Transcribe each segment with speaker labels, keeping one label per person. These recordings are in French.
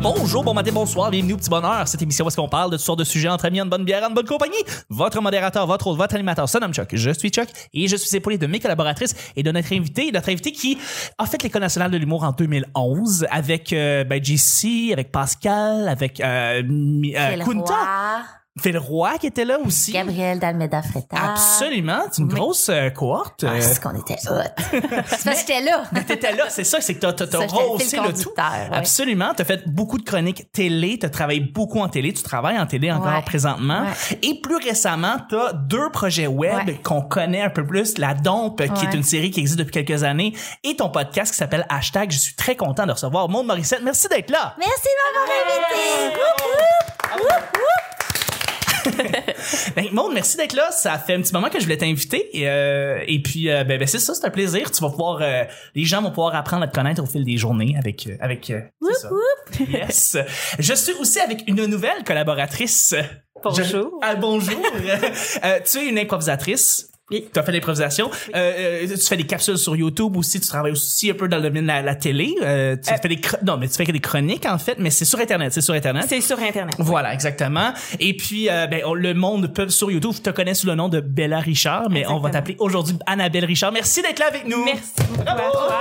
Speaker 1: Bonjour, bon matin, bonsoir, bienvenue au petit bonheur. Cette émission où est-ce qu'on parle de toutes sortes de sujets entre amis, en bonne bière, en bonne compagnie. Votre modérateur, votre hôte, votre animateur, son nom Chuck. Je suis Chuck et je suis épaulé de mes collaboratrices et de notre invité, notre invité qui a fait l'école nationale de l'humour en 2011 avec euh, ben, JC, avec Pascal, avec euh, mi- euh,
Speaker 2: Quel
Speaker 1: Kunta,
Speaker 2: roi.
Speaker 1: Phil Roy qui était là aussi.
Speaker 2: Gabriel d'Almeda Fretta.
Speaker 1: Absolument, c'est une
Speaker 2: Oui.
Speaker 1: grosse euh, cohorte.
Speaker 2: Ah,
Speaker 1: Euh,
Speaker 2: c'est qu'on était hot. c'est parce que j'étais là.
Speaker 1: T'étais là, c'est ça, c'est que t'as- t'as t'as
Speaker 2: Ça, j'étais le
Speaker 1: rehaussé
Speaker 2: fil
Speaker 1: le tout.
Speaker 2: conducteur, ouais.
Speaker 1: Absolument. T'as fait beaucoup de chroniques télé, t'as travaillé beaucoup en télé, tu travailles en télé encore
Speaker 2: Ouais.
Speaker 1: présentement.
Speaker 2: Ouais.
Speaker 1: Et plus récemment, t'as deux projets web
Speaker 2: Ouais.
Speaker 1: qu'on connaît un peu plus, La Dompe, qui est
Speaker 2: Ouais.
Speaker 1: une série qui existe depuis quelques années, et ton podcast qui s'appelle Hashtag. Je suis très content de recevoir Maud Morissette. Merci d'être là.
Speaker 2: Merci de m'avoir invité.
Speaker 1: Ben, Maud, merci d'être là. Ça fait un petit moment que je voulais t'inviter. Et, euh, et puis, euh, ben, ben, c'est ça, c'est un plaisir. Tu vas pouvoir, euh, les gens vont pouvoir apprendre à te connaître au fil des journées avec, euh, avec. euh, c'est ça. Yes. Je suis aussi avec une nouvelle collaboratrice.
Speaker 3: Bonjour.
Speaker 1: Je- ah, bonjour. Euh, tu es une improvisatrice.
Speaker 3: Oui.
Speaker 1: Tu as fait l'improvisation. Euh, euh, tu fais des capsules sur YouTube aussi. Tu travailles aussi un peu dans le domaine de la, la télé. Euh, tu fais des chro- non, mais tu fais que des chroniques en fait, mais c'est sur internet. C'est sur internet.
Speaker 3: C'est sur Internet.
Speaker 1: Voilà, exactement. Et puis, euh, ben, on- le monde peut sur YouTube je te connais sous le nom de Bella Richard, mais on va
Speaker 3: Exactement.
Speaker 1: t'appeler aujourd'hui Annabelle Richard. Merci d'être là avec nous.
Speaker 3: Merci beaucoup à
Speaker 1: Bravo.
Speaker 3: toi.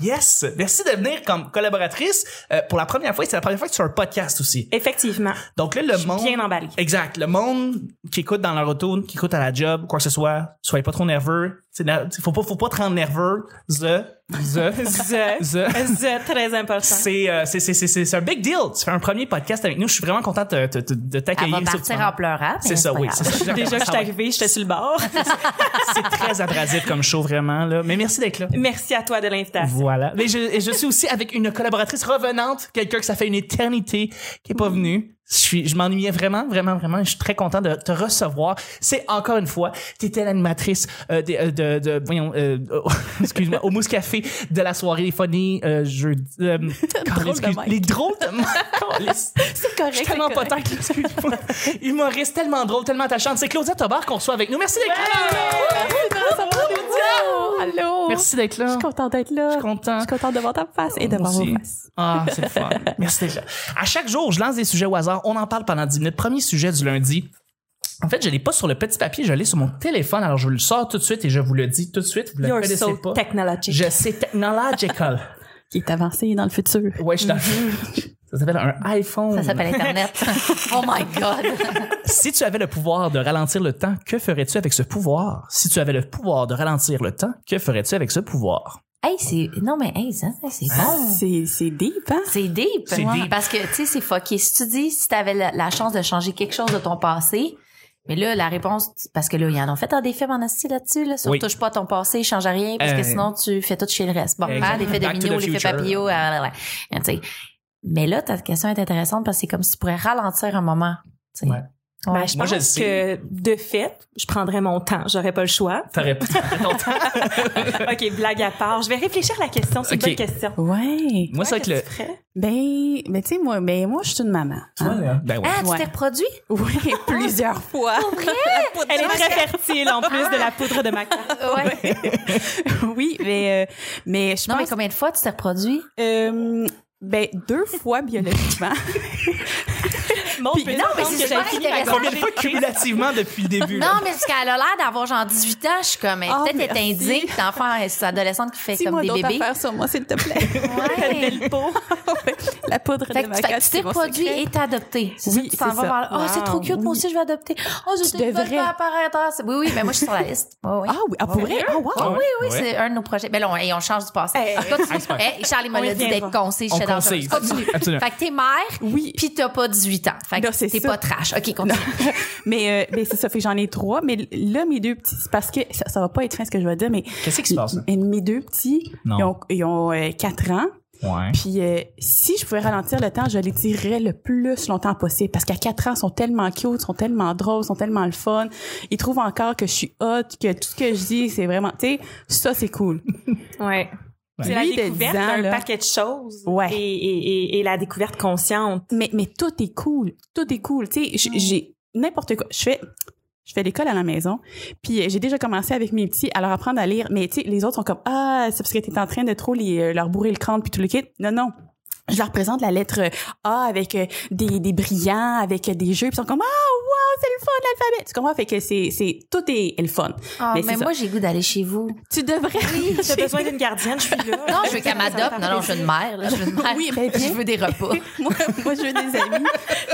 Speaker 1: Yes. Merci de venir comme collaboratrice euh, pour la première fois. et C'est la première fois que tu fais un podcast aussi.
Speaker 3: Effectivement.
Speaker 1: Donc là, le
Speaker 3: suis
Speaker 1: monde.
Speaker 3: bien emballée.
Speaker 1: Exact. Le monde qui écoute dans leur auto, qui écoute à la job, quoi que ce soit, soyez pas trop nerveux. C'est la- Faut pas, faut pas te rendre nerveux. The, the,
Speaker 3: The,
Speaker 1: the.
Speaker 3: the, très important.
Speaker 1: C'est, euh, c'est, c'est, c'est, c'est- c'est un big deal. Tu fais un premier podcast avec nous. Je suis vraiment content de, te- te- de
Speaker 2: Elle
Speaker 1: t'accueillir.
Speaker 2: va
Speaker 1: sur le
Speaker 2: partir
Speaker 1: plan.
Speaker 2: en pleurant. mais
Speaker 1: C'est ça,
Speaker 2: pas
Speaker 1: oui.
Speaker 2: grave.
Speaker 1: c'est ça.
Speaker 3: Déjà que je
Speaker 1: Ça
Speaker 3: suis
Speaker 1: va.
Speaker 3: arrivée, j'étais sur le bord.
Speaker 1: C'est très abrasif comme show, vraiment. Là. Mais merci d'être là.
Speaker 3: Merci à toi de l'invitation.
Speaker 1: Voilà. Mais je, et je suis aussi avec une collaboratrice revenante, quelqu'un que ça fait une éternité qui est
Speaker 3: Mm.
Speaker 1: pas venu. Je, suis- je m'ennuyais vraiment, vraiment, vraiment. Je suis très content de te recevoir. C'est encore une fois, tu étais l'animatrice euh, des- euh, de, de, voyons, euh, euh, excuse-moi, au Mousse Café de la soirée des funny, euh, jeudi. euh, excuse-
Speaker 3: mic.
Speaker 1: les drôles de mic.
Speaker 3: C'est
Speaker 1: Je
Speaker 3: correct.
Speaker 1: suis tellement pas tête, excuse-moi. Humoriste tellement drôle, tellement attachante. C'est Claudia Tobar qu'on reçoit avec nous. Merci d'être
Speaker 3: Ah
Speaker 1: là.
Speaker 3: Allô.
Speaker 1: Merci d'être là.
Speaker 3: Je suis contente d'être là. Je
Speaker 1: suis contente.
Speaker 3: Je suis contente de voir ta face et de
Speaker 1: Moi
Speaker 3: voir vos
Speaker 1: aussi.
Speaker 3: faces.
Speaker 1: Ah, c'est le fun. Merci d'être là. À chaque jour, je lance des sujets au hasard. On en parle pendant 10 minutes. Premier sujet du lundi. En fait, je l'ai pas sur le petit papier, je l'ai sur mon téléphone. Alors, je le sors tout de suite et je vous le dis tout de suite. Vous le
Speaker 3: You're
Speaker 1: connaissez
Speaker 3: so
Speaker 1: pas.
Speaker 3: technologic.
Speaker 1: Je sais technological.
Speaker 3: Qui est avancé dans le futur.
Speaker 1: Ouais, je suis dans-
Speaker 3: Mm-hmm.
Speaker 1: Ça s'appelle un iPhone.
Speaker 2: Ça s'appelle Internet. oh my God.
Speaker 1: Si tu avais le pouvoir de ralentir le temps, que ferais-tu avec ce pouvoir? Si tu avais le pouvoir de ralentir le temps, que ferais-tu avec ce pouvoir?
Speaker 2: Hey, c'est. Non, mais hey, ça, c'est
Speaker 1: Ah,
Speaker 2: bon.
Speaker 3: C'est, c'est deep, hein?
Speaker 2: C'est deep.
Speaker 1: C'est deep.
Speaker 2: Parce que, tu sais, c'est fucké. Si tu dis, si t'avais la, la chance de changer quelque chose de ton passé, mais là, la réponse, parce que là, ils en ont fait un des films en asti là-dessus, là, sur
Speaker 1: Oui.
Speaker 2: touche pas à ton passé, change à rien, parce que
Speaker 1: Euh,
Speaker 2: sinon, tu fais tout chez le reste. Bon,
Speaker 1: exact.
Speaker 2: hein, les faits
Speaker 1: Back to
Speaker 2: dominos,
Speaker 1: the
Speaker 2: les faits
Speaker 1: future.
Speaker 2: papillot, ah, ah, ah, ah, tu sais. Mais là, ta question est intéressante parce que c'est comme si tu pourrais ralentir un moment. tu sais.
Speaker 1: Ouais.
Speaker 2: Ouais.
Speaker 3: Ben, je
Speaker 1: Moi, je le
Speaker 3: pense
Speaker 1: sais.
Speaker 3: que, de fait, je prendrais mon temps. J'aurais pas le choix.
Speaker 1: T'aurais pu ton temps.
Speaker 3: OK, blague à part. Je vais réfléchir à la question. C'est
Speaker 1: OK.
Speaker 3: une bonne question.
Speaker 4: Ouais.
Speaker 1: Moi, c'est avec
Speaker 3: Toi,
Speaker 1: le.
Speaker 3: qu'est-ce que tu ferais?
Speaker 4: Ben, ben tu sais, moi, ben, moi, je suis une maman. hein.
Speaker 1: Ben ouais.
Speaker 2: Ah, tu
Speaker 4: Ouais.
Speaker 2: t'es reproduit?
Speaker 4: Oui, plusieurs fois.
Speaker 3: Elle est très fertile, en plus de la poudre de maca.
Speaker 2: Ouais.
Speaker 4: oui, mais, euh, mais je
Speaker 2: non, mais
Speaker 4: pense,
Speaker 2: combien de fois tu t'es reproduit?
Speaker 4: euh, ben, deux fois biologiquement.
Speaker 3: Mon
Speaker 4: Puis-
Speaker 3: peut
Speaker 4: non,
Speaker 2: mais
Speaker 3: comprendre
Speaker 2: c'est
Speaker 3: que
Speaker 2: super
Speaker 3: j'avais fini ma
Speaker 2: intéressant.
Speaker 3: gorgée.
Speaker 1: Combien de fois cumulativement depuis le début?
Speaker 2: Non, mais parce qu'elle a l'air d'avoir genre 18 ans, je suis comme, elle
Speaker 4: Ah,
Speaker 2: peut-être est
Speaker 4: merci.
Speaker 2: indigne, puis d'enfant, euh, c'est adolescente qui fait comme
Speaker 4: Dis-moi
Speaker 2: des
Speaker 4: d'autres
Speaker 2: bébés.
Speaker 4: affaires sur moi, s'il te plaît.
Speaker 2: Ouais.
Speaker 4: La poudre
Speaker 2: Fait
Speaker 4: de
Speaker 2: que,
Speaker 4: ma
Speaker 2: tu- fait que tu t'es reproduit et t'as adopté. C'est ça,
Speaker 4: Oui,
Speaker 2: tu t'en
Speaker 4: c'est
Speaker 2: vas
Speaker 4: ça.
Speaker 2: vers le- Oh, c'est trop cute, moi
Speaker 4: Wow,
Speaker 2: aussi je vais adopter. Oh, je
Speaker 4: Tu
Speaker 2: devrais
Speaker 4: devrais.
Speaker 2: pas apparaître. Ah, c'est- Oui, oui, mais moi je suis sur la liste. Oui, oui.
Speaker 4: Ah oui, ah, pour vrai? Ah, wow.
Speaker 2: Ah oui, oui,
Speaker 1: Ouais.
Speaker 2: c'est un de nos projets. Mais là, on, hey, on change du passé.
Speaker 3: Hey.
Speaker 2: Écoute,
Speaker 1: super.
Speaker 2: hey, Charles, il m'a
Speaker 3: On y
Speaker 2: dit d'être
Speaker 3: viendra.
Speaker 2: concise.
Speaker 1: On
Speaker 2: j'étais dans le
Speaker 1: concise.
Speaker 2: chemin. Continue.
Speaker 1: Absolument.
Speaker 2: Fait que t'es mère,
Speaker 4: Oui.
Speaker 2: puis t'as pas 18 ans. Fait
Speaker 4: Non,
Speaker 2: que
Speaker 4: c'est
Speaker 2: t'es
Speaker 4: ça.
Speaker 2: pas trash. OK,
Speaker 4: Non.
Speaker 2: continue.
Speaker 4: mais euh, ben, c'est ça, fait que j'en ai trois. Mais là, mes deux petits, c'est parce que ça, ça va pas être fin ce que je vais dire, mais
Speaker 1: Qu'est-ce qui se passe? là?
Speaker 4: mais mes deux petits,
Speaker 1: Non.
Speaker 4: ils ont, ils ont, euh, quatre ans.
Speaker 1: Ouais.
Speaker 4: Puis euh, si je pouvais ralentir le temps, je les tirerais le plus longtemps possible parce qu'à 4 ans, ils sont tellement cute, sont tellement drôles, sont tellement le fun. Ils trouvent encore que je suis hot, que tout ce que je dis, c'est vraiment, tu sais, ça c'est cool.
Speaker 3: Ouais. C'est la
Speaker 4: Lui, de
Speaker 3: découverte
Speaker 4: 10 ans,
Speaker 3: d'un
Speaker 4: là.
Speaker 3: paquet de choses.
Speaker 4: Ouais.
Speaker 3: Et, et, et, et la découverte consciente.
Speaker 4: Mais mais tout est cool, tout est cool, tu sais, j- j'ai n'importe quoi. Je fais je fais l'école à la maison, puis euh, j'ai déjà commencé avec mes petits à leur apprendre à lire, mais tu sais, les autres sont comme ah, c'est parce que t'es en train de trop les, euh, leur bourrer le crâne puis tout le kit. Non non. je leur présente la lettre A avec euh, des, des brillants, avec euh, des jeux, puis ils sont comme ah wow, c'est le fun l'alphabet. Tu comprends fait que c'est c'est tout est, est le fun.
Speaker 2: Ah,
Speaker 4: Mais
Speaker 2: mais,
Speaker 4: c'est ça.
Speaker 2: moi, j'ai goût d'aller chez vous.
Speaker 4: Tu devrais
Speaker 3: T'as besoin d'une gardienne, je suis là.
Speaker 2: Non, je veux qu'elle m'adopte. Non, non, je veux une mère. là, je veux une mère.
Speaker 4: Oui, ben, bien.
Speaker 2: je veux des repas.
Speaker 4: moi, moi je veux des amis.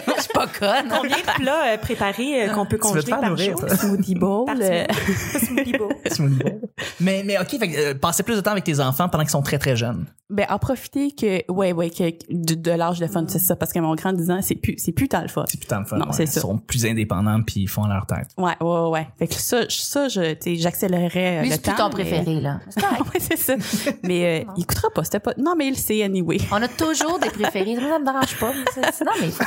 Speaker 2: je suis pas conne.
Speaker 3: Combien de plats euh, préparés euh, qu'on peut
Speaker 1: veux
Speaker 3: congeler
Speaker 1: te faire
Speaker 3: par
Speaker 1: nourrir,
Speaker 3: jour?
Speaker 1: toi.
Speaker 4: Smoothie bowl.
Speaker 3: Par
Speaker 4: euh,
Speaker 3: semaine. Smoothie bowl.
Speaker 1: mais, mais ok, fait que, euh, passez plus de temps avec tes enfants pendant qu'ils sont très très jeunes.
Speaker 4: ben en profiter que ouais ouais que de, de l'âge de fun c'est ça parce que mon grand disant c'est plus c'est plus tant le fun.
Speaker 1: C'est putain de fun.
Speaker 4: Non,
Speaker 1: ouais.
Speaker 4: c'est
Speaker 1: Ils
Speaker 4: ça.
Speaker 1: sont plus indépendants puis ils font leur tête.
Speaker 4: Ouais ouais ouais, ouais. Fait que ça je- ça je tu sais, j'accélérerais euh,
Speaker 2: Lui,
Speaker 4: le
Speaker 2: c'est plus
Speaker 4: temps.
Speaker 2: ton
Speaker 4: mais-
Speaker 2: préféré, là.
Speaker 4: ouais, c'est ça. Mais euh, il écoutera pas, c'était pas. Non, mais il le sait anyway.
Speaker 2: On a toujours des préférés. Moi, ça me dérange pas. mais c'est- c'est- Non, mais ça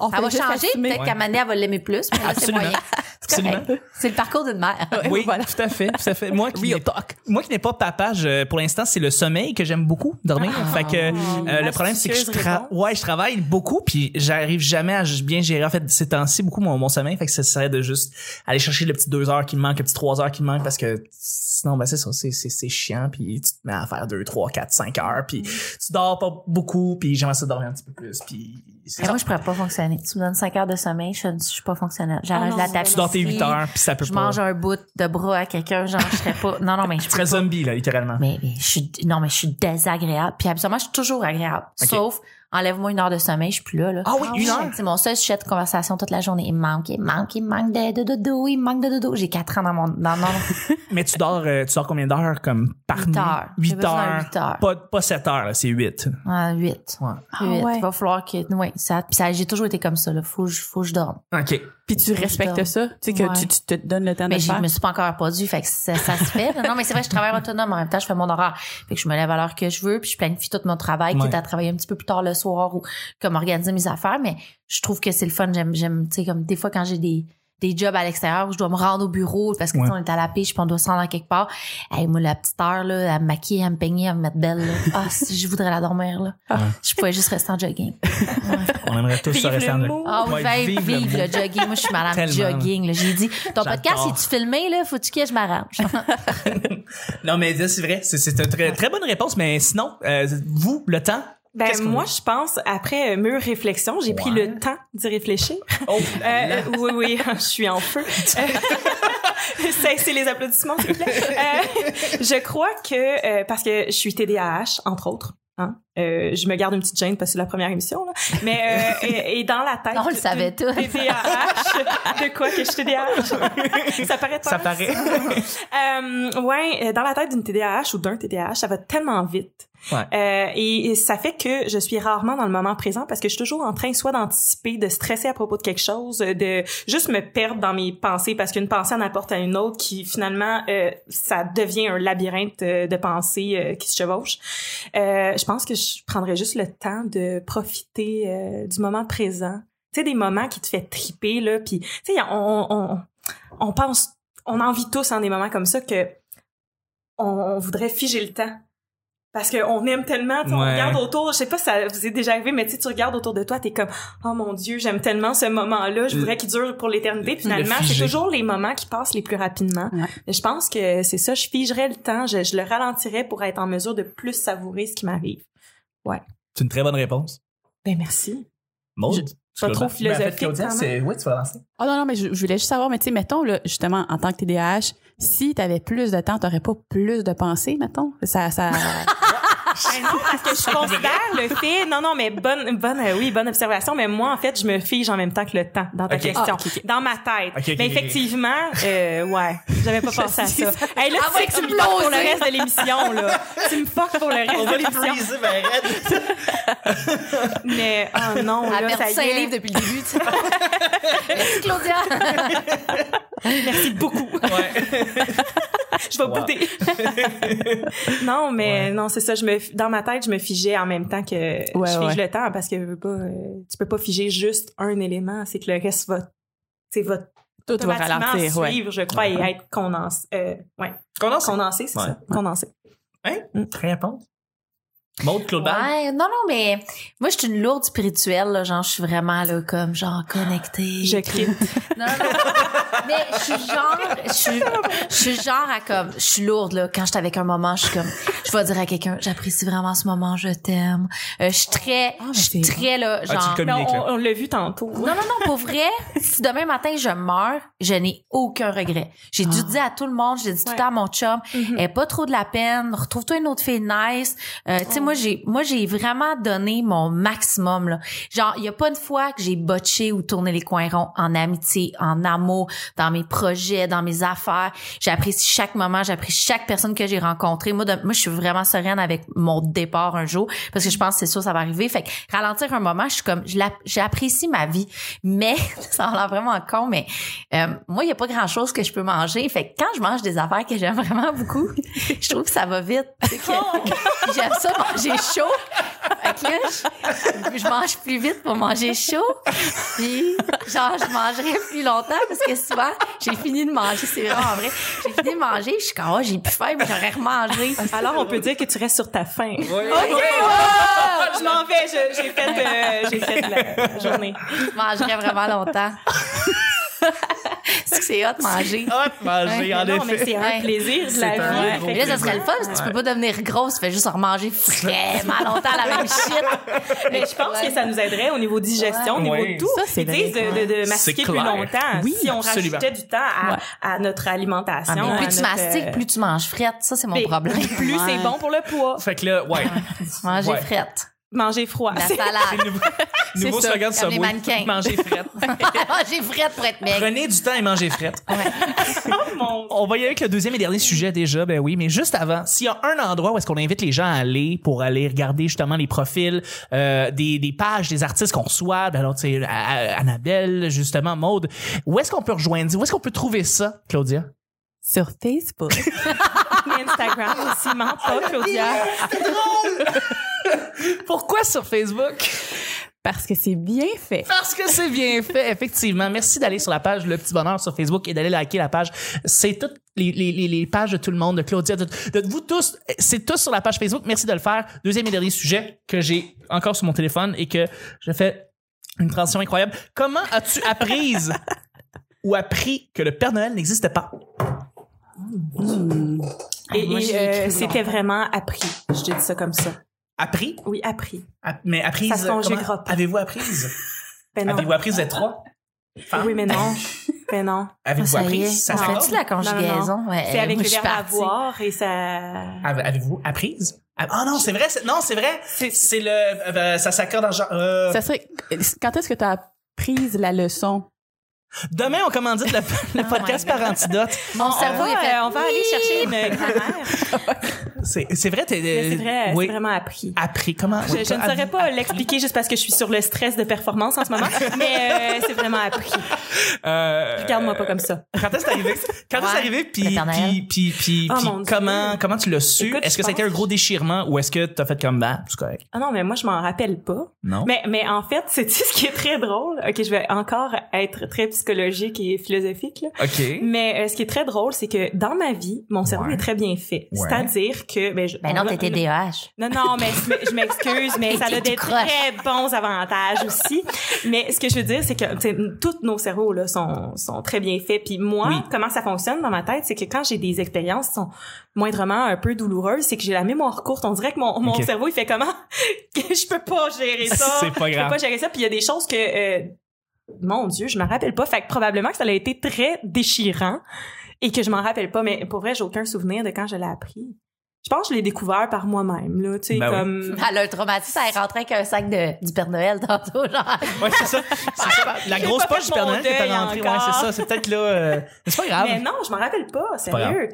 Speaker 4: On fait
Speaker 2: va
Speaker 4: juste
Speaker 2: changer.
Speaker 4: assumer.
Speaker 2: Peut-être qu'à Mané, elle va l'aimer plus, mais là, c'est
Speaker 1: Absolument.
Speaker 2: moyen. C'est
Speaker 1: Absolument.
Speaker 2: correct. C'est le parcours d'une mère.
Speaker 1: Oui, tout à fait, tout à fait. Moi qui n'ai- moi qui n'ai pas papa, je- pour l'instant, c'est le sommeil que j'aime beaucoup dormir.
Speaker 2: Ah,
Speaker 1: fait que euh, le problème c'est que je,
Speaker 3: astucieuse
Speaker 1: tra-
Speaker 3: réponse.
Speaker 1: ouais, je travaille beaucoup puis j'arrive jamais à bien gérer en fait ces temps-ci beaucoup mon, mon sommeil. Fait que ça serait de juste aller chercher le petit deux heures qui me manque, le petit trois heures qui me manque parce que sinon ben c'est ça, c'est c'est c'est chiant puis tu te mets à faire deux, trois, quatre, cinq heures puis tu dors pas beaucoup puis j'aimerais ça dormir un petit peu plus puis c'est
Speaker 2: Mais
Speaker 1: ça.
Speaker 2: moi, je pourrais pas fonctionner. Tu me donnes 5 heures de sommeil, je, je suis pas fonctionnelle. J'arrange
Speaker 4: Ah non,
Speaker 2: la table.
Speaker 1: tu dors tes huit heures puis ça peut
Speaker 2: Je
Speaker 1: pas.
Speaker 2: mange un bout de bras à quelqu'un, genre, je serais pas. Non, non, mais je
Speaker 1: Tu serais zombie là littéralement.
Speaker 2: mais, mais je suis non mais je suis désagréable puis habituellement je suis toujours agréable
Speaker 1: Ok.
Speaker 2: sauf enlève-moi une heure de sommeil je suis plus là, là.
Speaker 1: Ah oui, une
Speaker 2: je-
Speaker 1: heure?
Speaker 2: c'est mon seul sujet de conversation toute la journée il me manque il me manque il me manque de de dodo il me manque de dodo j'ai quatre ans dans mon dans mon
Speaker 1: Mais tu dors, euh, tu dors combien d'heures comme par
Speaker 2: Huit
Speaker 1: nuit?
Speaker 2: heures. J'ai
Speaker 1: Huit
Speaker 2: besoin
Speaker 1: heures.
Speaker 2: de huit heures.
Speaker 1: Pas, pas 7 heures, là, c'est 8.
Speaker 2: ah, huit
Speaker 1: Ouais.
Speaker 4: Ah
Speaker 2: Huit.
Speaker 4: ouais.
Speaker 2: il va falloir que ouais ça puis ça j'ai toujours été comme ça là faut que je- faut que je dorme
Speaker 1: OK.
Speaker 4: Puis tu respectes
Speaker 2: dors.
Speaker 4: ça, tu sais que
Speaker 2: Ouais.
Speaker 4: tu, tu te donnes le temps
Speaker 2: mais
Speaker 4: de le
Speaker 2: je
Speaker 4: faire.
Speaker 2: me suis pas encore perdue fait que ça, ça se fait non mais c'est vrai je travaille autonome en même temps je fais mon horaire fait que je me lève à l'heure que je veux puis je planifie tout mon travail
Speaker 1: Ouais.
Speaker 2: quitte à travailler un petit peu plus tard le soir ou comme organiser mes affaires mais je trouve que c'est le fun j'aime j'aime tu sais comme des fois quand j'ai des des jobs à l'extérieur où je dois me rendre au bureau parce que tu sais, on est à la pêche puis on doit se rendre à quelque part hey, moi la petite heure là à me maquiller à me peigner à me mettre belle là. ah si je voudrais la dormir là
Speaker 1: Ah.
Speaker 2: je pouvais juste rester en jogging
Speaker 1: On aimerait tous se
Speaker 3: Vive
Speaker 1: rester
Speaker 3: le
Speaker 1: en
Speaker 3: mot.
Speaker 2: ah oui,
Speaker 1: Ouais,
Speaker 2: vive,
Speaker 1: vive le
Speaker 2: vive le jogging. Moi, je suis madame
Speaker 1: Tellement.
Speaker 2: jogging. là. J'ai dit, ton podcast,
Speaker 1: J'adore.
Speaker 2: si tu filmé, là, faut-tu que je m'arrange?
Speaker 1: Non, mais là, c'est vrai. C'est, c'est une très, très bonne réponse. Mais sinon, euh, vous, le temps?
Speaker 3: Ben,
Speaker 1: Qu'est-ce que
Speaker 3: moi,
Speaker 1: vous-
Speaker 3: je pense, après euh, mûre réflexion, j'ai pris
Speaker 1: Ouais.
Speaker 3: le temps d'y réfléchir.
Speaker 1: Oh,
Speaker 3: Euh, euh, oui, oui, je suis en feu. Euh, Cessez les applaudissements, s'il vous plaît. Euh, je crois que, euh, parce que je suis TDAH, entre autres, hein, euh, je me garde une petite gêne parce que c'est la première émission, là. mais euh, et, et dans la tête...
Speaker 2: Ah, On le savait
Speaker 3: d'une
Speaker 2: tous.
Speaker 3: TDAH, de quoi que je suis TDAH? ça paraît pas
Speaker 1: ça paraît.
Speaker 3: euh, ouais, euh, dans la tête d'une TDAH ou d'un TDAH, ça va tellement vite.
Speaker 1: Ouais.
Speaker 3: Euh, et, et ça fait que je suis rarement dans le moment présent parce que je suis toujours en train soit d'anticiper, de stresser à propos de quelque chose, euh, de juste me perdre dans mes pensées parce qu'une pensée en apporte à une autre qui finalement, euh, ça devient un labyrinthe euh, de pensées euh, qui se chevauchent. Euh, je pense que je prendrais juste le temps de profiter euh, du moment présent. Tu sais, des moments qui te fait triper, là, puis tu sais, on, on, on pense on a envie tous en des moments comme ça que on, on voudrait figer le temps. Parce qu'on aime tellement, tu sais, on
Speaker 1: Ouais.
Speaker 3: regarde autour, je sais pas si ça vous est déjà arrivé, mais tu sais, tu regardes autour de toi, t'es comme, oh mon dieu, j'aime tellement ce moment-là, je
Speaker 1: Le-
Speaker 3: voudrais qu'il dure pour l'éternité. Puis
Speaker 1: le
Speaker 3: Finalement, c'est
Speaker 1: figer.
Speaker 3: toujours les moments qui passent les plus rapidement.
Speaker 4: Ouais.
Speaker 3: Mais Je pense que c'est ça, je figerais le temps, je, je le ralentirais pour être en mesure de plus savourer ce qui m'arrive.
Speaker 1: C'est une très bonne réponse.
Speaker 3: Ben merci.
Speaker 1: Maud?
Speaker 4: Je-
Speaker 1: tu
Speaker 4: pas
Speaker 1: l'as-
Speaker 4: trop
Speaker 1: Ben, en fait,
Speaker 3: philosophique,
Speaker 1: Claudia,
Speaker 3: quand même.
Speaker 1: c'est... Oui, tu vas lancer.
Speaker 4: Oh non, non, mais je, je voulais juste savoir, mais tu sais, mettons, là, justement, en tant que TDAH, si t'avais plus de temps, t'aurais pas plus de pensées, mettons? Ça, ça...
Speaker 3: Ben non, parce que je considère le fait. Non, non, mais bonne, bonne, euh, oui, bonne observation. Mais moi, en fait, je me fige en même temps que le temps dans ta
Speaker 1: Ok.
Speaker 3: question,
Speaker 4: Ah, ok, ok.
Speaker 3: dans ma tête.
Speaker 1: Ok, ok,
Speaker 3: mais
Speaker 1: ok.
Speaker 3: effectivement, euh, ouais, j'avais pas pensé à
Speaker 4: suis
Speaker 3: ça. Hey,
Speaker 2: Elle
Speaker 3: là, tu
Speaker 2: va
Speaker 3: sais que Ah, tu me fuck pour le
Speaker 2: exploser.
Speaker 3: reste de l'émission, là. tu me fuck pour le reste de l'émission.
Speaker 1: ben,
Speaker 3: Mais oh non,
Speaker 2: Elle a
Speaker 3: là,
Speaker 2: perdu
Speaker 3: ça
Speaker 2: 5
Speaker 3: y est.
Speaker 2: livres depuis le début, tu sais. Merci, Claudia.
Speaker 3: Merci beaucoup.
Speaker 1: Ouais.
Speaker 3: Je vais
Speaker 1: Wow.
Speaker 3: bouder. non, mais non, c'est ça. Je me, dans ma tête, je me figeais en même temps que
Speaker 4: Ouais,
Speaker 3: je fige
Speaker 4: ouais.
Speaker 3: le temps parce que je veux pas, euh, tu peux pas figer juste un élément. C'est que le reste va, c'est va
Speaker 4: Tout va
Speaker 3: automatiquement
Speaker 4: ralentir, ouais.
Speaker 3: suivre, je crois, et être condensé. euh, ouais.
Speaker 1: Condensé.
Speaker 3: Condensé, c'est
Speaker 1: Ouais.
Speaker 3: ça. Condensé.
Speaker 1: Très réponse. Maud, Claude Ball?
Speaker 2: Ouais, non, non, mais moi, je suis une lourde spirituelle, là, genre, je suis vraiment, là, comme, genre, connectée.
Speaker 3: Je quitte.
Speaker 2: Non, non, non. Mais je suis genre, je suis, je suis genre à comme, je suis lourde là. Quand je suis avec un moment, je suis comme, je vais dire à quelqu'un, j'apprécie vraiment ce moment, je t'aime. Euh, je suis très, je suis
Speaker 4: c'est-
Speaker 2: très
Speaker 5: Ah,
Speaker 2: là,
Speaker 5: tu
Speaker 2: genre.
Speaker 5: le
Speaker 3: Mais
Speaker 5: communiques,
Speaker 3: on
Speaker 5: là.
Speaker 3: on l'a vu tantôt.
Speaker 2: Non, non, non, pour vrai, si demain matin je meurs, je n'ai aucun regret. J'ai dû dire à tout le monde, j'ai dit tout le
Speaker 3: Ouais.
Speaker 2: temps à mon chum, Eh, pas trop de la peine, retrouve-toi une autre fille nice. Euh, Tu sais, moi, j'ai, moi, j'ai vraiment donné mon maximum, là. Genre, il y a pas une fois que j'ai botché ou tourné les coins ronds en amitié, en amour, dans mes projets, dans mes affaires. J'apprécie chaque moment, j'apprécie chaque personne que j'ai rencontrée. Moi, de- moi, je suis vraiment sereine avec mon départ un jour parce que je pense que c'est sûr ça va arriver. Fait que ralentir un moment, je suis comme, je l'app- j'apprécie ma vie, mais ça a l'air vraiment con, mais euh, moi, il y a pas grand chose que je peux manger. Fait que quand je mange des affaires que j'aime vraiment beaucoup, je trouve que ça va vite. C'est que J'aime ça manger chaud. Fait que là, je, je mange plus vite pour manger chaud. Puis, genre, je mangerai plus longtemps parce que souvent, j'ai fini de manger. C'est vraiment vrai. J'ai fini de manger. Je suis comme, oh, j'ai plus faim, mais j'aurais remangé.
Speaker 3: Alors, on peut dire que tu restes sur ta faim.
Speaker 5: Ouais.
Speaker 3: Ok, wow! Je m'en vais, je- j'ai fait, euh, j'ai fait la journée.
Speaker 2: Je mangerais vraiment longtemps. C'est que c'est hot de manger.
Speaker 1: Hop, manger, Ah, en
Speaker 3: non, mais
Speaker 1: effet.
Speaker 3: c'est un
Speaker 2: Ouais.
Speaker 3: plaisir de
Speaker 1: C'est
Speaker 3: la
Speaker 1: un
Speaker 3: vie.
Speaker 1: gros
Speaker 3: Fait
Speaker 2: Mais
Speaker 3: que-
Speaker 2: là, ça serait le fun parce que tu peux pas devenir grosse, tu fais juste en manger vraiment longtemps la même shit.
Speaker 3: Mais je pense que ça nous aiderait au niveau digestion, au niveau
Speaker 1: Ouais.
Speaker 3: de tout.
Speaker 4: Ça, c'est
Speaker 3: Ils disent
Speaker 4: vrai.
Speaker 3: de, de, de
Speaker 5: C'est
Speaker 3: mastiquer plus
Speaker 5: clair.
Speaker 3: longtemps.
Speaker 1: Oui,
Speaker 3: si on
Speaker 1: absolument.
Speaker 3: rajoutait du temps à, à notre alimentation.
Speaker 2: Ah, mais
Speaker 3: à
Speaker 2: plus tu
Speaker 3: notre, euh,
Speaker 2: mastiques, plus tu manges frette. Ça, c'est mon
Speaker 3: mais
Speaker 2: problème.
Speaker 3: Plus c'est
Speaker 4: Ouais.
Speaker 3: bon pour le poids.
Speaker 1: Fait que là, ouais.
Speaker 2: Manger
Speaker 1: Ouais.
Speaker 2: frette.
Speaker 3: Manger froid.
Speaker 2: La
Speaker 3: Ah, C'est-
Speaker 2: salade.
Speaker 1: Nouveau, nouveau
Speaker 2: ça,
Speaker 1: slogan de
Speaker 2: comme les
Speaker 1: Subway.
Speaker 2: mannequins. Ben
Speaker 1: Manger frette.
Speaker 2: Manger frette pour être maigre.
Speaker 1: Prenez du temps et mangez frette.
Speaker 3: Oh mon
Speaker 1: On va y aller avec le deuxième et dernier sujet déjà, ben oui, mais juste avant, s'il y a un endroit où est-ce qu'on invite les gens à aller pour aller regarder justement les profils euh, des, des pages des artistes qu'on reçoit, ben alors tu sais, à- à- Annabelle, justement, Maude, où est-ce qu'on peut rejoindre, ça? où est-ce qu'on peut trouver ça, Claudia?
Speaker 4: Sur Facebook.
Speaker 3: Instagram aussi, ment pas, Claudia.
Speaker 1: Pourquoi sur Facebook?
Speaker 4: parce que c'est bien fait.
Speaker 1: Parce que c'est bien fait, effectivement. Merci d'aller sur la page Le Petit Bonheur sur Facebook et d'aller liker la page. C'est toutes les, les- les- les pages de tout le monde, de Claudia, de, de vous tous. C'est tous sur la page Facebook. Merci de le faire. Deuxième et dernier sujet que j'ai encore sur mon téléphone et que je fais une transition incroyable. Comment as-tu apprise ou appris que le Père Noël n'existe pas?
Speaker 3: Et,
Speaker 2: Moi,
Speaker 3: et,
Speaker 2: j'y ai
Speaker 3: euh,
Speaker 2: cru
Speaker 3: c'était vraiment appris. Je te dis ça comme ça.
Speaker 1: Appris?
Speaker 3: Oui, appris.
Speaker 1: App- mais apprise.
Speaker 3: Ça se conjugue
Speaker 1: comment-
Speaker 3: pas.
Speaker 1: Avez-vous apprise?
Speaker 3: Ben non.
Speaker 1: Avez-vous apprise vous êtes trois?
Speaker 3: Oui, mais non. Ben non.
Speaker 2: Ah,
Speaker 1: Avez-vous
Speaker 2: ça y
Speaker 1: appris?
Speaker 2: est.
Speaker 1: Ça
Speaker 2: on
Speaker 1: se
Speaker 3: fait
Speaker 2: fait-tu
Speaker 1: parle?
Speaker 2: la conjugaison? Ouais,
Speaker 3: C'est avec
Speaker 2: Eh, moi,
Speaker 3: le
Speaker 2: je suis
Speaker 3: verbe
Speaker 2: partie.
Speaker 3: avoir et ça.
Speaker 1: Avez- Avez-vous apprise? Ah ah non, c'est vrai, c'est- non, c'est vrai.
Speaker 3: C'est-
Speaker 1: C'est le, euh, euh, ça s'accorde en genre, euh,
Speaker 4: Ça serait quand est-ce que tu as appris la leçon
Speaker 1: Demain, on commandite le, le
Speaker 3: Ah,
Speaker 2: Oh
Speaker 1: podcast
Speaker 2: my God.
Speaker 1: par antidote.
Speaker 2: Mon
Speaker 3: On
Speaker 2: cerveau
Speaker 3: va,
Speaker 2: est fait.
Speaker 3: euh, on va aller chercher une grammaire.
Speaker 1: C'est c'est vrai, t'es,
Speaker 3: Mais C'est vrai,
Speaker 1: oui.
Speaker 3: c'est vraiment appris.
Speaker 1: Appris, comment?
Speaker 3: Ah, Je, je ne saurais pas l'expliquer juste parce que je suis sur le stress de performance en ce moment, mais euh, c'est vraiment appris.
Speaker 1: Euh,
Speaker 3: Regarde-moi pas comme ça.
Speaker 1: Quand est-ce que c'est arrivé? Quand est-ce que c'est
Speaker 2: Ouais.
Speaker 1: arrivé? Puis,
Speaker 2: Maternelle.
Speaker 1: puis, puis, puis,
Speaker 3: Oh,
Speaker 1: puis
Speaker 3: mon Dieu.
Speaker 1: comment, comment tu l'as su?
Speaker 3: Écoute,
Speaker 1: Est-ce que
Speaker 3: je
Speaker 1: ça a été un
Speaker 3: pense-
Speaker 1: gros déchirement ou est-ce que t'as fait comme, bah, c'est correct?
Speaker 3: Ah non, mais moi, je m'en rappelle pas.
Speaker 1: Non.
Speaker 3: Mais, mais en fait, c'est ce qui est très drôle. OK, je vais encore être très psychologique et philosophique, là.
Speaker 1: OK.
Speaker 3: Mais euh, ce qui est très drôle, c'est que dans ma vie, mon cerveau
Speaker 1: Ouais.
Speaker 3: est très bien fait.
Speaker 1: Ouais.
Speaker 3: C'est-à-dire que... Ben, je-
Speaker 2: Ben non, t'étais DEH.
Speaker 3: Non, non, mais je m- je m'excuse, mais ça a
Speaker 2: T'es
Speaker 3: des
Speaker 2: tout croche.
Speaker 3: très bons avantages aussi. Mais ce que je veux dire, c'est que tu sais, tous nos cerveaux là sont, sont très bien faits. Puis moi,
Speaker 1: Oui.
Speaker 3: comment ça fonctionne dans ma tête, c'est que quand j'ai des expériences qui sont moindrement un peu douloureuses, c'est que j'ai la mémoire courte. On dirait que mon, mon
Speaker 1: Ok.
Speaker 3: cerveau, il fait comment? Que je peux pas gérer ça.
Speaker 1: C'est pas
Speaker 3: Je peux
Speaker 1: grave.
Speaker 3: pas gérer ça. Puis il y a des choses que... euh, mon Dieu, je me rappelle pas. Fait que probablement que ça a été très déchirant et que je m'en rappelle pas. Mais pour vrai, j'ai aucun souvenir de quand je l'ai appris. Je pense que je l'ai découvert par moi-même, là, tu sais,
Speaker 1: Ben oui.
Speaker 3: comme...
Speaker 2: Elle a un traumatisme, elle est rentrée avec un sac de, du Père Noël tantôt, genre.
Speaker 1: Ouais, c'est ça. C'est ça. La
Speaker 3: J'ai
Speaker 1: grosse
Speaker 3: pas fait
Speaker 1: poche du Père
Speaker 3: mon
Speaker 1: Noël que
Speaker 3: deuil
Speaker 1: t'as rentrée. Ouais,
Speaker 3: encore.
Speaker 1: c'est ça. C'est peut-être là, euh, mais c'est pas
Speaker 2: Ah.
Speaker 1: grave.
Speaker 3: Mais non, je m'en rappelle pas,
Speaker 1: pas grave.
Speaker 3: sérieux.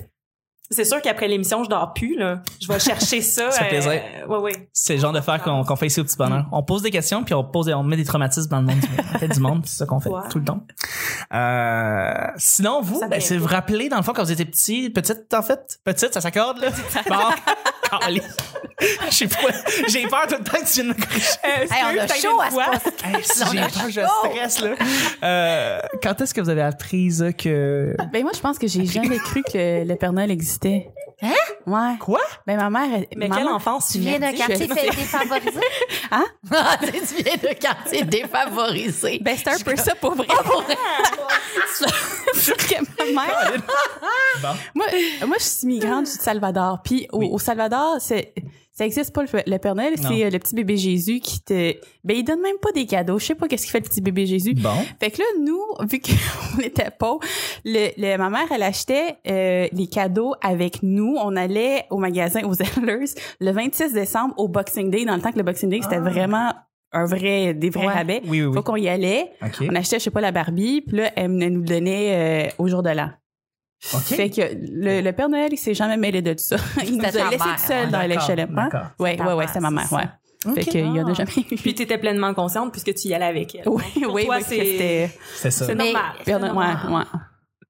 Speaker 3: C'est sûr qu'après l'émission, je dors plus, là. Je vais chercher ça.
Speaker 1: Ça fait
Speaker 3: euh,
Speaker 1: plaisir.
Speaker 3: ouais, ouais.
Speaker 1: C'est le genre d'affaires qu'on qu'on fait ici au petit bonheur. On pose des questions puis on pose on met des traumatismes dans le monde. du monde. On fait du monde, puis c'est ça qu'on fait
Speaker 3: Wow.
Speaker 1: tout le temps. Euh, sinon vous,
Speaker 3: Ça
Speaker 1: ben,
Speaker 3: me
Speaker 1: c'est vous rappeler dans le fond quand vous étiez petit, petite en fait, petite ça s'accorde là. Bon, allez. Je sais pas, j'ai peur tout le temps que tu viennes me corriger.
Speaker 3: Euh, excuse,
Speaker 2: Hey, on a
Speaker 3: t'as
Speaker 2: chaud
Speaker 3: une
Speaker 2: à ce
Speaker 3: voix.
Speaker 2: poste.
Speaker 1: Hey, si j'ai
Speaker 2: On a
Speaker 1: peur, je
Speaker 2: chaud.
Speaker 1: stresse là. Euh, quand est-ce que vous avez appris euh, que
Speaker 4: Ben moi, je pense que j'ai jamais cru que le Père Noël existait.
Speaker 2: Hein?
Speaker 4: Ouais.
Speaker 1: quoi
Speaker 4: Ben ma mère. elle-
Speaker 3: Mais
Speaker 4: ma
Speaker 3: quelle
Speaker 4: mère-
Speaker 3: enfance
Speaker 2: Tu viens d'un
Speaker 3: merdique.
Speaker 2: quartier fait défavorisé?
Speaker 4: Hein?
Speaker 2: Ah, tu sais, tu viens d'un quartier défavorisé.
Speaker 4: Ben Oh, c'est un peu ça pour vrai.
Speaker 2: Pour vrai.
Speaker 4: de même.
Speaker 1: Bon.
Speaker 4: Moi, moi, je suis migrante, je suis de Salvador. Puis au,
Speaker 1: Oui.
Speaker 4: au Salvador, c'est, ça existe pas le, le Père Noël,
Speaker 1: Non.
Speaker 4: c'est euh, le petit bébé Jésus qui te. Ben, il donne même pas des cadeaux. Je sais pas qu'est-ce qu'il fait le petit bébé Jésus.
Speaker 1: Bon.
Speaker 4: Fait que là, nous, vu qu'on était pauvres, le, le- ma mère, elle achetait euh, les cadeaux avec nous. On allait au magasin aux Zellers le 26 décembre au Boxing Day, dans le temps que le Boxing Day, c'était vraiment un vrai, des vrais
Speaker 2: Ouais.
Speaker 4: rabais.
Speaker 1: Oui, oui, oui.
Speaker 4: Faut qu'on y allait.
Speaker 1: OK.
Speaker 4: On achetait, je sais pas, la Barbie, puis là, elle venait nous le donnait euh, au jour de l'an.
Speaker 1: OK.
Speaker 4: Fait que le, le Père Noël, il s'est jamais mêlé de tout ça. Il nous a
Speaker 2: C'était ta
Speaker 4: laissé
Speaker 2: mère,
Speaker 4: tout seul
Speaker 2: ouais.
Speaker 4: dans les
Speaker 1: D'accord,
Speaker 4: HLM. Hein?
Speaker 1: d'accord.
Speaker 4: Ouais,
Speaker 2: ta
Speaker 4: ouais, ouais,
Speaker 2: mère,
Speaker 4: c'est ma mère,
Speaker 2: c'est
Speaker 4: ouais. Fait
Speaker 1: OK.
Speaker 4: qu'il y en
Speaker 2: Ah.
Speaker 4: a jamais eu.
Speaker 3: Puis t'étais pleinement consciente puisque tu y allais avec elle.
Speaker 4: oui,
Speaker 3: Pour
Speaker 4: oui,
Speaker 3: toi,
Speaker 4: oui,
Speaker 3: c'est-
Speaker 4: c'était...
Speaker 1: C'est ça.
Speaker 3: C'est
Speaker 2: Mais-
Speaker 3: normal.
Speaker 4: Père Noël, ouais, ouais.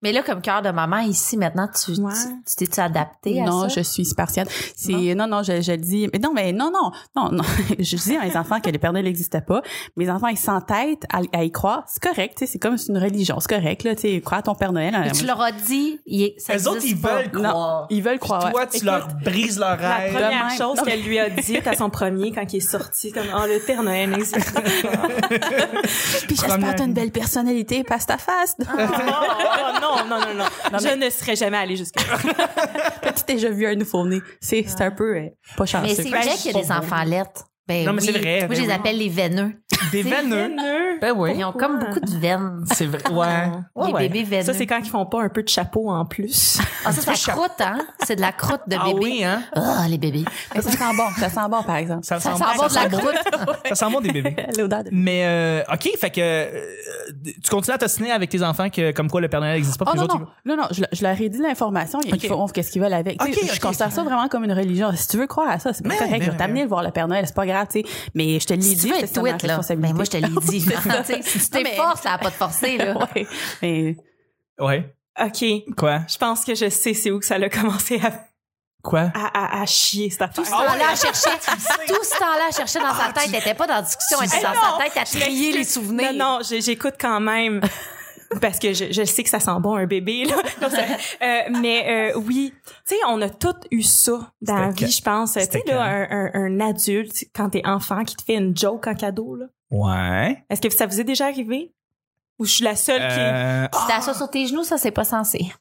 Speaker 2: Mais là, comme cœur de maman, ici, maintenant, tu
Speaker 3: Ouais.
Speaker 2: tu- tu t'es-tu adapté à ça?
Speaker 4: Non, je suis spartiate. C'est non, non, je, je le dis. Mais non, mais non, non, non, non. je dis à mes enfants que le Père Noël n'existe pas. Mes enfants, ils s'entêtent à, à y croire. C'est correct, tu sais. C'est comme c'est une religion. C'est correct, là, tu sais. Croire à ton Père Noël.
Speaker 2: Et
Speaker 4: euh,
Speaker 2: tu leur as dit, il est- ça
Speaker 1: Les autres, ils
Speaker 2: existe pas.
Speaker 1: veulent
Speaker 4: Non,
Speaker 1: croire.
Speaker 4: ils veulent croire.
Speaker 1: Puis toi,
Speaker 4: ouais.
Speaker 1: tu leur brises leur
Speaker 3: La
Speaker 1: rêve.
Speaker 3: première
Speaker 4: Demain.
Speaker 3: chose qu'elle lui a dite à son premier quand il est sorti, comme oh le Père Noël n'existe pas.
Speaker 4: Puis j'espère
Speaker 1: Première-
Speaker 4: que t'as une belle personnalité, passe ta face.
Speaker 3: Oh, non, non, non, non. Je ne serais jamais allée jusque. là
Speaker 4: tu t'es déjà vu un nouveau-né. C'est c'est un peu euh, pas chanceux.
Speaker 2: Mais c'est
Speaker 1: Ben,
Speaker 2: vrai
Speaker 1: je
Speaker 2: qu'il
Speaker 1: suis
Speaker 2: y a des
Speaker 1: pas
Speaker 2: enfants lettres. Ben
Speaker 1: Non, mais
Speaker 2: oui.
Speaker 1: c'est vrai,
Speaker 2: Moi,
Speaker 1: ben
Speaker 2: je les
Speaker 1: oui.
Speaker 2: appelle les veineux.
Speaker 1: Des
Speaker 2: C'est
Speaker 1: veineux. Ben oui.
Speaker 2: Ils ont comme beaucoup de veines.
Speaker 1: C'est vrai. Ouais.
Speaker 3: Ah.
Speaker 1: Ouais,
Speaker 2: les
Speaker 1: ouais.
Speaker 2: bébés veineux.
Speaker 3: Ça, c'est quand ils font pas un peu de chapeau en plus.
Speaker 2: Ah, ça, ça croûte, hein? C'est de la croûte de
Speaker 1: Ah
Speaker 2: bébé.
Speaker 1: oui, hein?
Speaker 2: Ah, les bébés.
Speaker 4: Mais ça sent bon, ça sent bon, par exemple.
Speaker 1: Ça,
Speaker 2: Ça
Speaker 1: sent,
Speaker 2: sent bon de la
Speaker 1: bon.
Speaker 2: croûte.
Speaker 1: Ça sent bon des bébés.
Speaker 4: L'odeur de...
Speaker 1: Mais euh, ok, fait que euh, tu continues à t'ostiner avec tes enfants que comme quoi le Père Noël n'existe pas.
Speaker 4: Oh
Speaker 1: puis
Speaker 4: non,
Speaker 1: les autres,
Speaker 4: non, non, non, je, le- je leur ai dit l'information, ils
Speaker 1: Ok.
Speaker 4: font qu'est-ce qu'ils veulent avec. Tu sais,
Speaker 1: Ok,
Speaker 4: je
Speaker 1: ok,
Speaker 4: considère
Speaker 1: ok.
Speaker 4: ça vraiment comme une religion. Si tu veux croire à ça, c'est pas
Speaker 1: Mais oui,
Speaker 4: correct.
Speaker 1: mais
Speaker 4: je
Speaker 1: oui,
Speaker 4: vais t'amener voir le Père Noël, c'est pas grave, tu sais. Mais je te l'ai
Speaker 2: Si
Speaker 4: dit,
Speaker 2: tu veux
Speaker 4: c'est
Speaker 2: être
Speaker 4: ça ma
Speaker 2: tweet, là, ben
Speaker 4: responsabilité.
Speaker 2: moi, je te l'ai dit. Tu sais, si tu
Speaker 4: Non, mais-
Speaker 2: t'efforces, ça va pas te forcer, là.
Speaker 4: Ouais. Mais
Speaker 1: ils- Ouais.
Speaker 3: OK. Je
Speaker 1: Quoi?
Speaker 3: pense que je sais c'est où que ça a commencé à,
Speaker 1: Quoi?
Speaker 3: à, à, à chier cette affaire.
Speaker 2: Tout ce temps-là, elle cherchait, tout ce temps-là, elle cherchait dans sa tête. Elle était pas dans la discussion, elle était dans
Speaker 3: Ah, non,
Speaker 2: sa tête à trier les souvenirs.
Speaker 3: Non, non, j'ai- j'écoute quand même. Parce que je, je sais que ça sent bon un bébé là. Non, c'est- euh, mais euh, oui, tu sais, on a toutes eu ça dans la
Speaker 1: C'était
Speaker 3: vie, je pense. Tu sais
Speaker 1: c'était
Speaker 3: là, un, un, un adulte quand t'es enfant qui te fait une joke en cadeau là.
Speaker 1: Ouais.
Speaker 3: Est-ce que ça vous est déjà arrivé Ou je suis la seule
Speaker 1: Euh,
Speaker 3: Oh,
Speaker 2: Si t'as ça sur tes genoux, ça, c'est pas censé.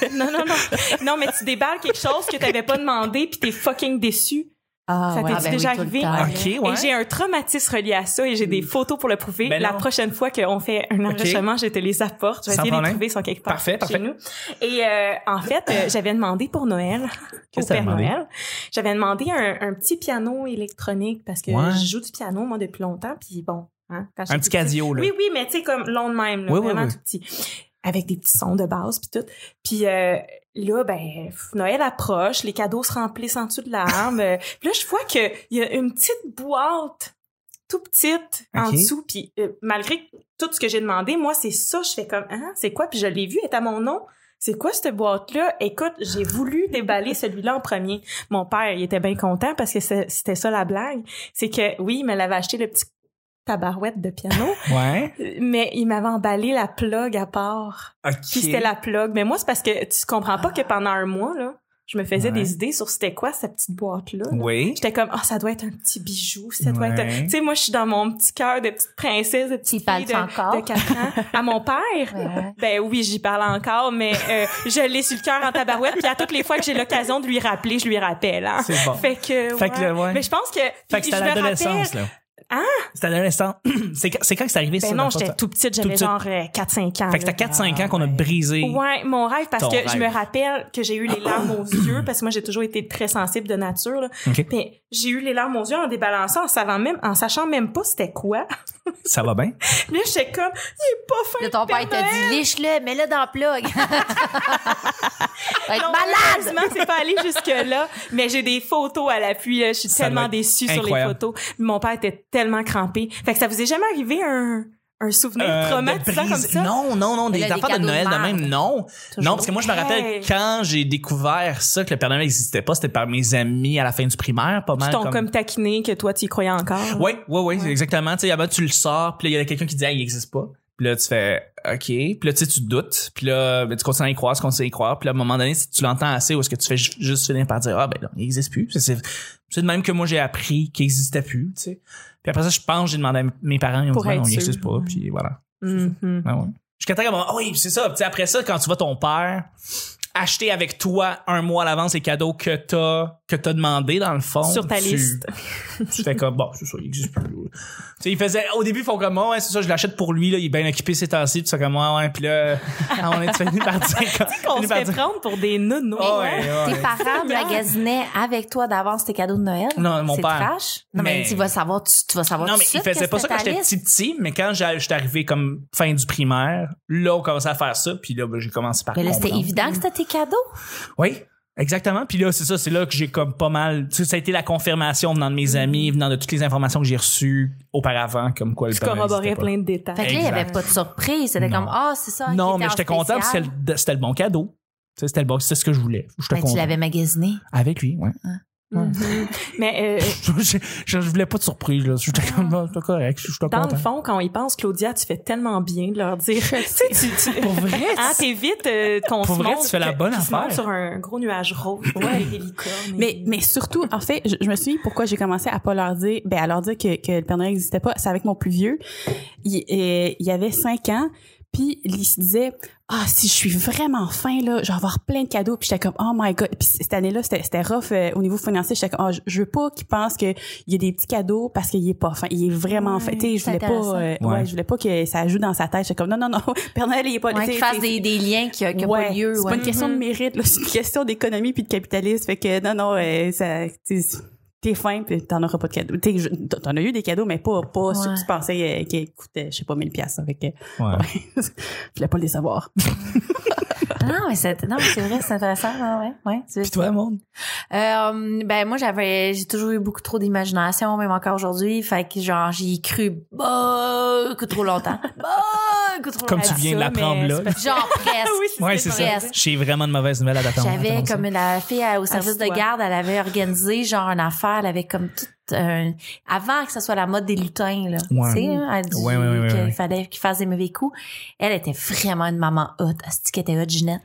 Speaker 3: qui Non, non, non. Non, mais tu déballes quelque chose que t'avais pas demandé puis t'es fucking déçu.
Speaker 4: ah,
Speaker 3: Ça
Speaker 4: ouais.
Speaker 3: t'est
Speaker 2: ben
Speaker 3: déjà
Speaker 2: oui, tout le
Speaker 3: arrivé?
Speaker 2: temps.
Speaker 1: ok, ouais.
Speaker 3: Et j'ai un traumatisme relié à ça et j'ai des photos pour le prouver.
Speaker 1: Ben
Speaker 3: la
Speaker 1: non.
Speaker 3: prochaine fois qu'on fait un enregistrement, je te les apporte. Je vais
Speaker 1: Sans
Speaker 3: essayer de les
Speaker 1: problème.
Speaker 3: trouver sur quelque part
Speaker 1: Parfait,
Speaker 3: chez
Speaker 1: parfait.
Speaker 3: nous. Et euh, en fait, euh, j'avais demandé pour Noël, au
Speaker 1: Qu'est-ce que t'as
Speaker 3: Père
Speaker 1: demandé?
Speaker 3: Noël, j'avais demandé un, un petit piano électronique parce que
Speaker 1: Ouais.
Speaker 3: je joue du piano, moi, depuis longtemps. Puis bon, hein, quand
Speaker 1: Un
Speaker 3: j'étais
Speaker 1: petit
Speaker 3: petite-
Speaker 1: casio là.
Speaker 3: oui, oui, mais tu sais, comme long de même, là,
Speaker 1: Oui, oui,
Speaker 3: vraiment
Speaker 1: oui.
Speaker 3: tout petit. Avec des petits sons de base, puis tout. Puis euh, là, ben, Noël approche, les cadeaux se remplissent en dessous de l'arme. Euh, puis là, je vois qu'il y a une petite boîte, tout petite, en
Speaker 1: Ok.
Speaker 3: dessous. Puis euh, malgré tout ce que j'ai demandé, moi, c'est ça, je fais comme, hein, c'est quoi? Puis je l'ai vu, elle est à mon nom. C'est quoi cette boîte-là? Écoute, j'ai voulu déballer celui-là en premier. Mon père, il était bien content parce que c'est- c'était ça la blague. C'est que, oui, il me l'avait acheté le petit tabarouette de piano.
Speaker 1: Ouais.
Speaker 3: Mais il m'avait emballé la plug à part.
Speaker 1: Ok. Ah.
Speaker 3: Puis c'était la plug. Mais moi, c'est parce que tu comprends pas que pendant un mois, là, je me faisais
Speaker 1: Ouais.
Speaker 3: des idées sur c'était quoi cette petite boîte-là. là.
Speaker 1: Oui.
Speaker 3: J'étais comme, ah, ça doit être un petit bijou, ça doit être... un-
Speaker 1: Ouais.
Speaker 3: Tu sais, moi, je suis dans mon petit cœur de petite princesse, de petite
Speaker 2: Tu parles
Speaker 3: fille de,
Speaker 2: encore?
Speaker 3: de 4 ans. À mon père,
Speaker 2: Ouais, ouais.
Speaker 3: ben oui, j'y parle encore, mais euh, je l'ai sur le cœur en tabarouette, puis à toutes les fois que j'ai l'occasion de lui rappeler, je lui rappelle. hein.
Speaker 1: C'est bon.
Speaker 3: Fait que,
Speaker 1: Fait que
Speaker 3: ouais.
Speaker 1: le- ouais.
Speaker 3: Mais je pense que...
Speaker 1: Fait que
Speaker 3: puis
Speaker 1: c'était à
Speaker 3: je me
Speaker 1: l'adolescence
Speaker 3: rappelle-
Speaker 1: là.
Speaker 3: Hein?
Speaker 1: C'était à l'adolescence. C'est quand c'est quand que c'est arrivé ça?
Speaker 3: Ben
Speaker 1: dans
Speaker 3: non,
Speaker 1: le fond,
Speaker 3: j'étais
Speaker 1: ça?
Speaker 3: tout petite,
Speaker 1: Tout
Speaker 3: j'avais
Speaker 1: petite.
Speaker 3: genre euh, 4-5 ans.
Speaker 1: Fait que
Speaker 3: là.
Speaker 1: c'était 4-5 ans qu'on a brisé.
Speaker 3: Ouais, mon rêve, parce
Speaker 1: Ton
Speaker 3: que je
Speaker 1: rêve.
Speaker 3: me rappelle que j'ai eu les larmes aux yeux, parce que moi, j'ai toujours été très sensible de nature. Là.
Speaker 1: Ok.
Speaker 3: Mais j'ai eu les larmes aux yeux en débalançant, en savant même, en sachant même pas c'était quoi.
Speaker 1: Ça va bien?
Speaker 3: Là, j'étais comme, il est pas fin.
Speaker 2: Là, ton père t'a dit, liche-le, mets-le dans la plug. Va être malade!
Speaker 3: Malheureusement, c'est pas allé jusque-là, mais j'ai des photos à l'appui. là. Je suis
Speaker 1: Ça doit
Speaker 3: tellement
Speaker 1: être
Speaker 3: déçue
Speaker 1: incroyable.
Speaker 3: sur les photos. Mon père était tellement crampé. Fait que ça vous est jamais arrivé un, un souvenir
Speaker 1: Euh,
Speaker 3: traumatisant
Speaker 1: de
Speaker 3: comme
Speaker 1: brise-
Speaker 3: ça?
Speaker 1: Non, non, non,
Speaker 2: Mais
Speaker 1: des
Speaker 2: là, des
Speaker 1: affaires de
Speaker 2: cadeaux de
Speaker 1: Noël de
Speaker 2: merde.
Speaker 1: même, non.
Speaker 2: Toujours.
Speaker 1: Non, parce que moi, je me rappelle
Speaker 3: Hey.
Speaker 1: quand j'ai découvert ça, que le Père Noël n'existait pas, c'était par mes amis à la fin du primaire, pas
Speaker 3: Qui
Speaker 1: mal.
Speaker 3: t'ont comme taquiné que toi, tu y croyais encore?
Speaker 1: Oui, oui, oui, exactement. Tu sais, avant, tu le sors, puis là, il y a quelqu'un qui dit, ah, il n'existe pas. Puis là, tu fais, OK. Puis là, tu sais, tu te doutes. Puis là, ben, tu continues à y croire, tu continues à y croire. Puis là, à un moment donné, si tu l'entends assez, ou est-ce que tu fais ju- juste finir par dire, ah, ben, non, il n'existe plus. C'est- C'est c'est de même que moi, j'ai appris qu'il n'existait plus, tu sais. Puis après ça, je pense, j'ai demandé à m- mes parents, ils ont
Speaker 3: Pour
Speaker 1: dit, ben,
Speaker 3: être
Speaker 1: non, il
Speaker 3: sûr.
Speaker 1: n'existe pas. Puis voilà.
Speaker 3: Mhm.
Speaker 1: Ah ouais. Jusqu'à temps qu'à un moment- Ah oui, c'est ça. Tu sais, après ça, quand tu vas ton père, acheter avec toi un mois à l'avance les cadeaux que t'as que t'as demandé dans le fond.
Speaker 3: Sur ta
Speaker 1: Tu-
Speaker 3: liste.
Speaker 1: Tu fais comme bon, c'est ça, il existe plus. Tu sais, ils faisaient au début ils font comme oh, ouais, c'est ça, je l'achète pour lui là, il est bien occupé ces temps-ci, tout ça comme ouais, ouais, puis là ah, on est fini par dire comme-
Speaker 3: On
Speaker 1: fini
Speaker 3: se
Speaker 1: par
Speaker 3: fait
Speaker 1: dire-
Speaker 3: prendre pour des nounous.
Speaker 1: Ah ouais, ouais.
Speaker 2: Tes parents magasinaient avec toi d'avance tes cadeaux de Noël.
Speaker 1: Non, mon
Speaker 2: C'est
Speaker 1: père.
Speaker 2: trash. Non, mais,
Speaker 1: Mais-
Speaker 2: tu vas savoir, tu, tu vas savoir.
Speaker 1: Non,
Speaker 2: tout
Speaker 1: mais
Speaker 2: de
Speaker 1: il
Speaker 2: suite
Speaker 1: faisait
Speaker 2: qu'est-ce
Speaker 1: pas ça
Speaker 2: que
Speaker 1: quand
Speaker 2: ta
Speaker 1: j'étais
Speaker 2: liste.
Speaker 1: petit petit, mais quand j'ai- j'étais arrivé comme fin du primaire, là on commençait à faire ça, puis là ben, j'ai commencé par
Speaker 2: Mais là, c'était
Speaker 1: comprendre.
Speaker 2: évident que c'était tes cadeaux.
Speaker 1: Oui, exactement. Puis là, c'est ça, c'est là que j'ai comme pas mal. Tu sais, ça a été la confirmation venant de
Speaker 2: Mm.
Speaker 1: mes amis, venant de toutes les informations que j'ai reçues auparavant, comme quoi le
Speaker 3: Tu
Speaker 1: Père Noël
Speaker 3: corroborais
Speaker 1: n'existait pas.
Speaker 3: plein de détails.
Speaker 2: Fait que là, il y
Speaker 1: Exact.
Speaker 2: avait pas de surprise. C'était
Speaker 1: Non.
Speaker 2: comme, ah, c'est ça. qui
Speaker 1: Non,
Speaker 2: était
Speaker 1: mais
Speaker 2: en
Speaker 1: j'étais content parce que
Speaker 2: spécial.
Speaker 1: c'était le- c'était le bon cadeau. Tu sais, C'était le bon, c'était ce que je voulais. J'étais
Speaker 3: Ben,
Speaker 2: Mais tu
Speaker 1: content.
Speaker 2: l'avais magasiné.
Speaker 1: Avec lui, ouais.
Speaker 3: Mais euh,
Speaker 1: je, je, je voulais pas de surprise, là. J'étais comme, bon, c'était correct, j'étais
Speaker 3: Ah. dans
Speaker 1: content.
Speaker 3: le fond, quand on y pense, Claudia, tu fais tellement bien de leur dire. tu sais, tu, tu-
Speaker 1: Pour vrai,
Speaker 4: Ah,
Speaker 3: Hein, t'es vite euh, qu'on
Speaker 1: Pour
Speaker 3: se
Speaker 1: vrai,
Speaker 3: monte,
Speaker 1: tu fais la
Speaker 3: que-
Speaker 1: bonne
Speaker 3: qu'ils se
Speaker 1: affaire.
Speaker 3: montent sur un gros nuage rose, avec des licornes.
Speaker 4: Mais, mais surtout, en fait, je, je me suis dit pourquoi j'ai commencé à pas leur dire, ben à leur dire que, que le Père Noël n'existait pas. C'est avec mon plus vieux. Il, euh, il avait cinq ans. Puis il se disait, ah, si je suis vraiment fin, là, je vais avoir plein de cadeaux. Puis j'étais comme, oh my God. Puis cette année-là, c'était c'était rough euh, au niveau financier. J'étais comme, Ah, je- je veux pas qu'il pense qu'il y a des petits cadeaux parce qu'il est pas fin. Il est vraiment fin. Tu sais, je
Speaker 2: c'est
Speaker 4: voulais pas,
Speaker 2: intéressant.
Speaker 4: euh,
Speaker 1: Ouais.
Speaker 4: ouais. je voulais pas que ça joue dans sa tête. J'étais comme, non, non, non, Père Noël, il est pas
Speaker 2: Ouais,
Speaker 4: tu sais,
Speaker 2: qu'il fasse
Speaker 4: c'est-
Speaker 2: des, des liens qui n'ont
Speaker 4: Ouais,
Speaker 2: pas lieu.
Speaker 4: C'est
Speaker 2: ouais. Mm-hmm.
Speaker 4: pas une question de mérite, là, c'est une question d'économie puis de capitalisme. Fait que non, non, euh, ça, tu sais, t'es fin puis t'en auras pas de cadeaux. T'sais, je- T'en as eu des cadeaux, mais pas, pas ceux
Speaker 2: Ouais.
Speaker 4: que tu pensais euh, qui coûtaient, je sais pas, 1000 pièces. Fait que,
Speaker 1: Ouais.
Speaker 4: je voulais pas les savoir.
Speaker 2: Non, mais Ah, c'est, non, mais c'est vrai, c'est intéressant. hein, Ouais, ouais, ouais. Mm-hmm. Tu-
Speaker 1: Puis toi, monde.
Speaker 2: Euh, ben moi j'avais j'ai toujours eu beaucoup trop d'imagination même encore aujourd'hui fait que genre j'y ai cru beaucoup trop longtemps beaucoup trop
Speaker 1: Comme
Speaker 2: longtemps.
Speaker 1: tu viens de
Speaker 3: ça,
Speaker 1: l'apprendre
Speaker 3: mais
Speaker 1: là.
Speaker 3: c'est parce
Speaker 2: genre presque
Speaker 3: Oui, c'est
Speaker 1: Ouais,
Speaker 3: ce
Speaker 1: c'est
Speaker 3: que
Speaker 2: c'est
Speaker 1: ça.
Speaker 2: vrai.
Speaker 1: J'ai vraiment de mauvaises nouvelles à t'attendre.
Speaker 2: J'avais
Speaker 1: attendre ça. Ah,
Speaker 2: comme la fille à- au service de
Speaker 3: Assis-toi.
Speaker 2: garde, elle avait organisé genre une affaire, elle avait comme tout un avant que ça soit la mode des lutins là,
Speaker 1: Ouais.
Speaker 2: tu sais, hein, elle dit
Speaker 1: Ouais, ouais, ouais, ouais,
Speaker 2: qu'il
Speaker 1: ouais.
Speaker 2: fallait qu'ils fassent des mauvais coups. Elle était vraiment une maman hot, asti qu'elle était hot Ginette.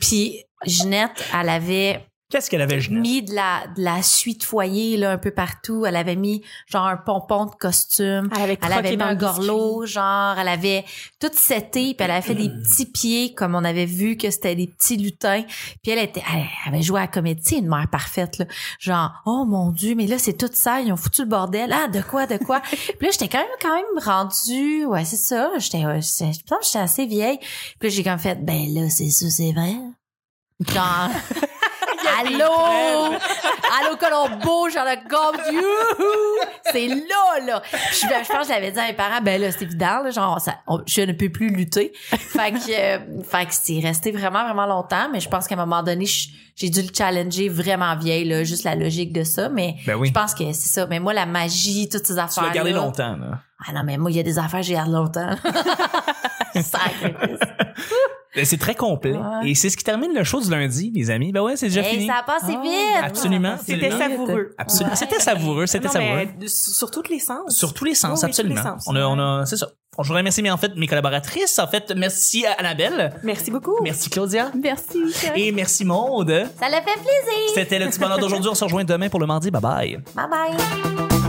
Speaker 2: Puis Ginette, elle avait
Speaker 1: Qu'est-ce qu'elle avait, Ginette?
Speaker 2: mis de la de la suie de foyer là un peu partout, elle avait mis genre un pompon de costume.
Speaker 3: Elle avait,
Speaker 2: Elle avait
Speaker 3: croqué
Speaker 2: mis
Speaker 3: dans
Speaker 2: un
Speaker 3: le
Speaker 2: gorlot, genre, elle avait tout seté, puis elle avait fait des petits pieds, comme on avait vu que c'était des petits lutins. Puis elle était, elle avait joué à la comédie, tu sais, une mère parfaite, là. Genre, oh mon dieu, mais là, c'est tout ça, ils ont foutu le bordel. Ah, de quoi, de quoi? puis là, j'étais quand même, quand même rendue, ouais, c'est ça, j'étais, ouais, j'étais- je pense que j'étais assez vieille. Puis là, j'ai comme fait, ben là, c'est ça, c'est vrai. Genre, Allô! Allô, Colombo, Sherlock Holmes, youhou! C'est là, là! Puis je, je pense que j'avais dit à mes parents, ben là, c'est évident, là, genre, ça- on- je ne peux plus lutter. Fait que, euh, fait que c'est resté vraiment, vraiment longtemps, mais je pense qu'à un moment donné, je- j'ai dû le challenger vraiment vieille, là, juste la logique de ça, mais
Speaker 1: Ben oui.
Speaker 2: je pense que c'est ça. Mais moi, la magie, toutes ces
Speaker 1: Tu
Speaker 2: affaires.
Speaker 1: l'as gardé longtemps, là.
Speaker 2: Ah non, mais moi, il y a des affaires, j'ai garde longtemps. Sacrifice.
Speaker 1: Ben, C'est très complet.
Speaker 2: Ouais.
Speaker 1: Et c'est ce qui termine le show du lundi, les amis. Ben ouais, c'est déjà
Speaker 2: Hey,
Speaker 1: fini.
Speaker 2: ça a passé
Speaker 4: Ah,
Speaker 2: vite!
Speaker 1: Absolument.
Speaker 3: C'était
Speaker 1: absolument.
Speaker 3: savoureux.
Speaker 1: Absolument.
Speaker 2: Ouais.
Speaker 1: C'était savoureux, c'était
Speaker 3: Non,
Speaker 1: savoureux.
Speaker 3: mais, euh, sur, sur toutes les sens.
Speaker 1: Sur tous les sens,
Speaker 3: Oui, oui, tous les
Speaker 1: absolument.
Speaker 3: sens.
Speaker 1: On a, on a, c'est ça. Je voudrais remercier, mais en fait, mes collaboratrices. En fait, merci à Annabelle.
Speaker 3: Merci beaucoup.
Speaker 1: Merci Claudia.
Speaker 4: Merci.
Speaker 1: Et merci Maude.
Speaker 2: Ça l'a fait plaisir!
Speaker 1: C'était le petit bonheur d'aujourd'hui. On se rejoint demain pour le mardi. Bye bye.
Speaker 2: Bye bye!